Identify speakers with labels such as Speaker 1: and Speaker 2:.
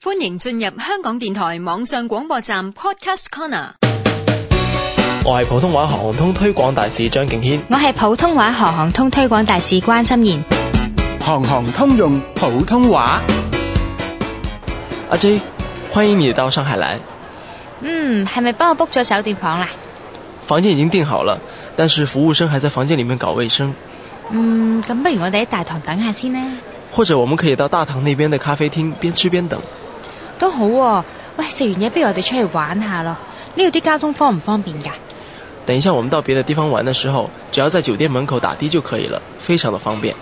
Speaker 1: 歡迎進入香港電台網上廣播站 Podcast Corner。
Speaker 2: 我係普通話行行通推廣大使張敬軒。
Speaker 3: 我係普通話行行通推廣大使關心妍。
Speaker 4: 行行通用普通話。
Speaker 2: 阿 J，歡迎你到上海來。
Speaker 3: 嗯，係咪幫我 book 咗酒店房啦？啊
Speaker 2: 房間已經訂好了，但是服務生還在房間裡面搞衛生。
Speaker 3: 嗯，咁不如我哋喺大堂等下先啦。
Speaker 2: 或者我們可以到大堂那邊的咖啡廳邊吃邊等。
Speaker 3: 都好喎、喂，食完嘢不如我哋出去玩下咯。呢度啲交通方唔方便㗎？
Speaker 2: 等一下我們到別的地方玩的時候，只要在酒店門口打的就可以了，非常的方便。